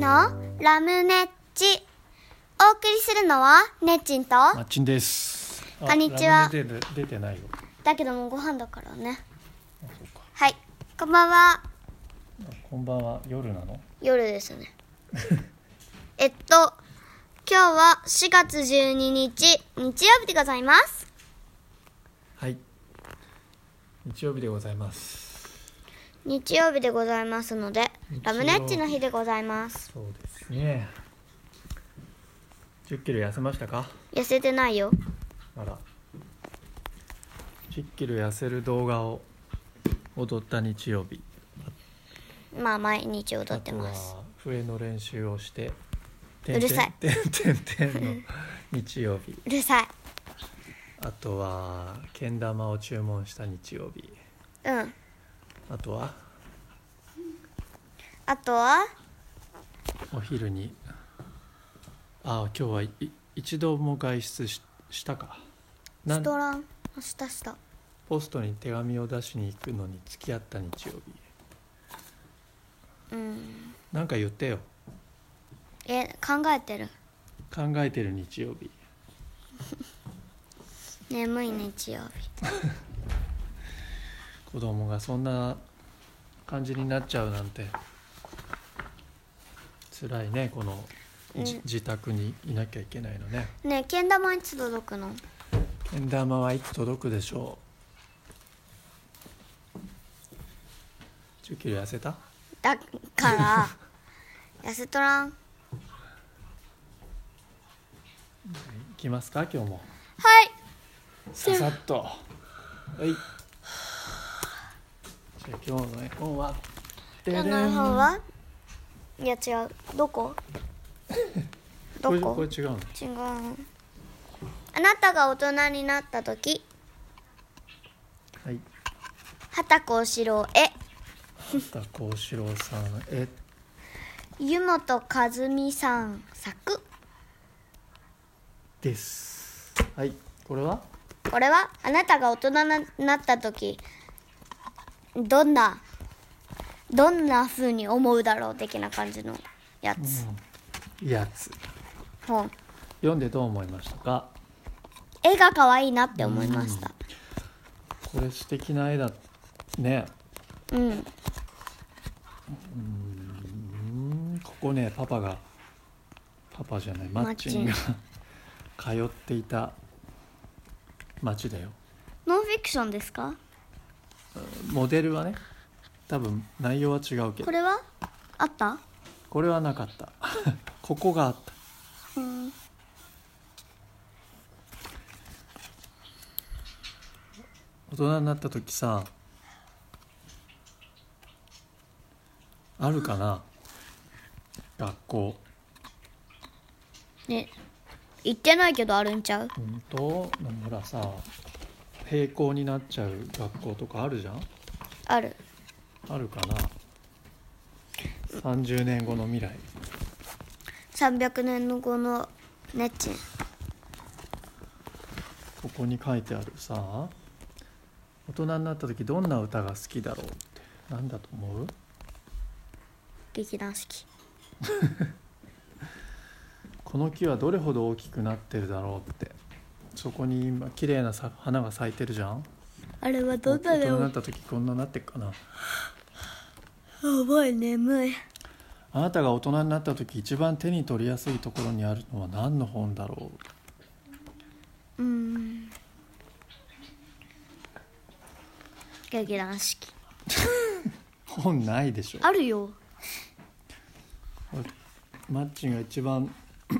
ラムネッチお送りするのはねっちんとマッチンです。あこんにちはラムネ出て出てないよ。だけどもうご飯だからねあそうかはいこんばんはこんばんは。夜なの？夜です ねえっと今日は4月12日日曜日でございますはい。日曜日でございます。日曜日でございますので日曜ラムネッチの日でございますそうですね。10キロ痩せましたか？痩せてないよあら。10キロ痩せる動画を踊った日曜日。まあ毎日踊っあてとますは笛の練習をして。うるさいてんてんてんてんの日曜日。うるさいあとはけん玉を注文した日曜日。うんあとはあとはお昼にああ今日はいい一度も外出ししたかなスんトラン明日したポストに手紙を出しに行くのに付き合った日曜日うんなんか言ってよえ考えてる考えてる日曜日眠い日曜日子供がそんな感じになっちゃうなんて辛いねこのじ、うん自宅にいなきゃいけないのねねえけん玉いつ届くのけん玉はいつ届くでしょう1 0キロ痩せただ から痩せとらんは行きますか今日もいささっとはいじゃあ今日の絵本は今日の絵本はいや違うど こどこれここれ違うの違うあなたが大人になった時はい畑幸四郎へ田幸四郎さん絵湯本和美さん作ですはいこれはこれはあなたが大人になった時どんなどんな風に思うだろう的な感じのやつ、やつ本読んでどう思いましたか絵が可愛いなって思いましたこれ素敵な絵だねうん、うんここねパパがパパじゃないマッチンが通っていた町だよノンフィクションですかモデルはね多分内容は違うけどこれはあったこれはなかった ここがあっうたん大人になった時さあるかな学校ね言ってないけどあるんちゃううんとほらさ閉校になっちゃう学校とかあるじゃんあるあるかな30年後の未来300年の後のネッチンここに書いてあるさ大人になった時どんな歌が好きだろうって何だと思う劇団四季この木はどれほど大きくなってるだろうってそこに今綺麗なさ花が咲いてるじゃんあれはど大んな人でになもった時こんななってっかな重い眠いあなたが大人になった時一番手に取りやすいところにあるのは何の本だろううん劇団四季本ないでしょあるよマッチンが一番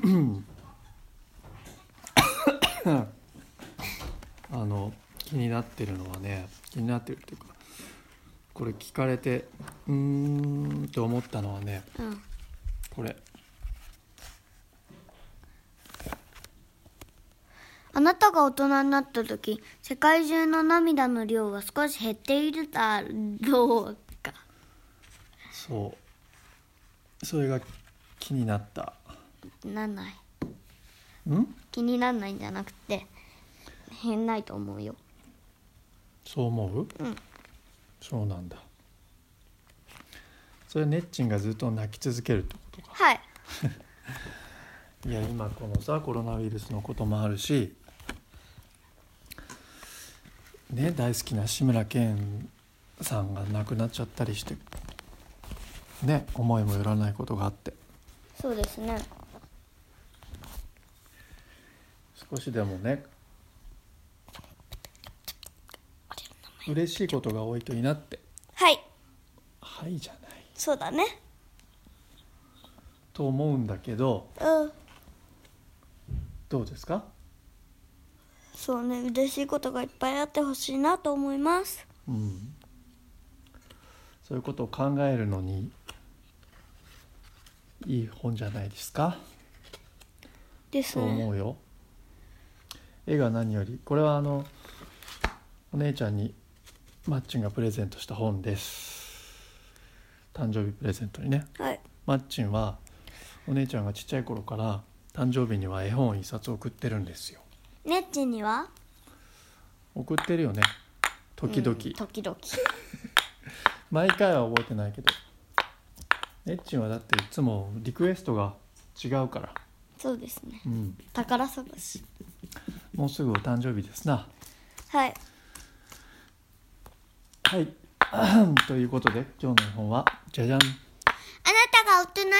あの気になってるのはね気になってるっていうかこれ聞かれてうーんと思ったのはねうんこれあなたが大人になった時世界中の涙の量が少し減っているだろうかそうそれが気になったなんないん気にならないんじゃなくて変ないと思うよそう思う、うんそうなんだそれねっちんがずっと泣き続けるってことかはいいや今このさコロナウイルスのこともあるしね大好きな志村けんさんが亡くなっちゃったりしてね思いもよらないことがあってそうですね少しでもね嬉しいことが多いといいなってはいはいじゃないそうだねと思うんだけどうんどうですかそうね嬉しいことがいっぱいあってほしいなと思いますうんそういうことを考えるのにいい本じゃないですかですとね思うよ絵が何よりこれはあのお姉ちゃんにマッチンがプレゼントした本です誕生日プレゼントにねはいマッチンはお姉ちゃんがちっちゃい頃から誕生日には絵本一冊送ってるんですよねっちには送ってるよね時々、うん時々毎回は覚えてないけどエッチンはだっていつもリクエストが違うから、そうですねうん、宝探しもうすぐお誕生日ですなはいはい ということで今日の絵本はじゃじゃあんなたが大人になっ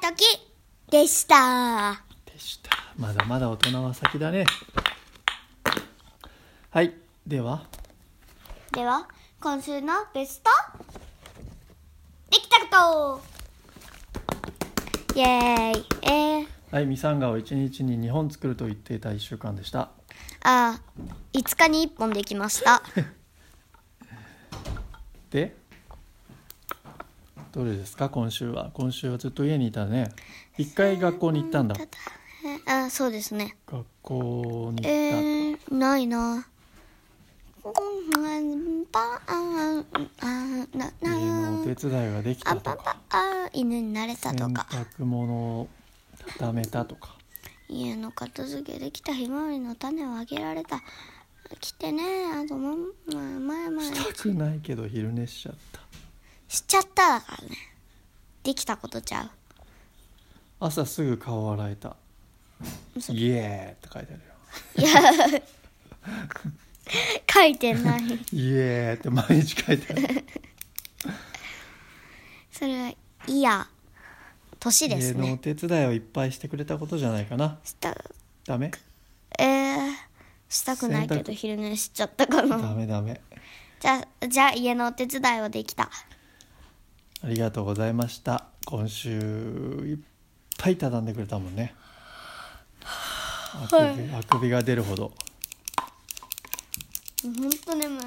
た時でしたでしたまだまだ大人は先だねはいではでは今週のベストできたことイエーイえー、はいミサンガを1日に2本作ると言っていた1週間でしたあー5日に1本できました でどれですか今週は今週はずっと家にいたね一回学校に行ったんだあーそうですね学校に行った、えー、ないなパンあな家のおな手伝いができたあとパかパあ犬になれた洗とか濯物を畳めたとか家の片付けできたひまわりの種をあげられた来てねあともまあ前々したくないけど昼寝しちゃったしちゃっただからねできたことちゃ朝すぐ顔洗えた「イエーイ!」って書いてあうるよいや 書いてない「イエーイ!」って毎日書いてある それはいや年です家のおね手伝いをいっぱいしてくれたことじゃないかなしたダメえー、したくないけど洗濯昼寝しちゃったかダなメダメじゃあじゃあ家のお手伝いはできたありがとうございました今週いっぱい畳んでくれたもんねあくび,、あくびが出るほどもうほんと眠い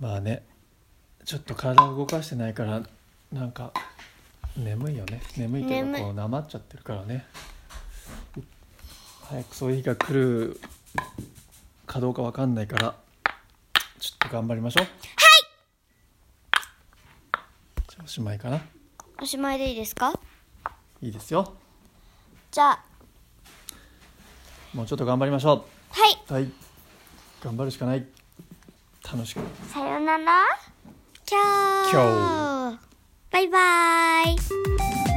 まあねちょっと体を動かしてないからなんか眠いよね眠いけど眠いこうなまっちゃってるからね早くそういう日が来るかどうかわかんないからちょっと頑張りましょうはいじゃあおしまいかなおしまいでいいですかいいですよじゃあもうちょっと頑張りましょはい、うはい頑張るしかない楽しくさよなら。キャー。キャバイバイ。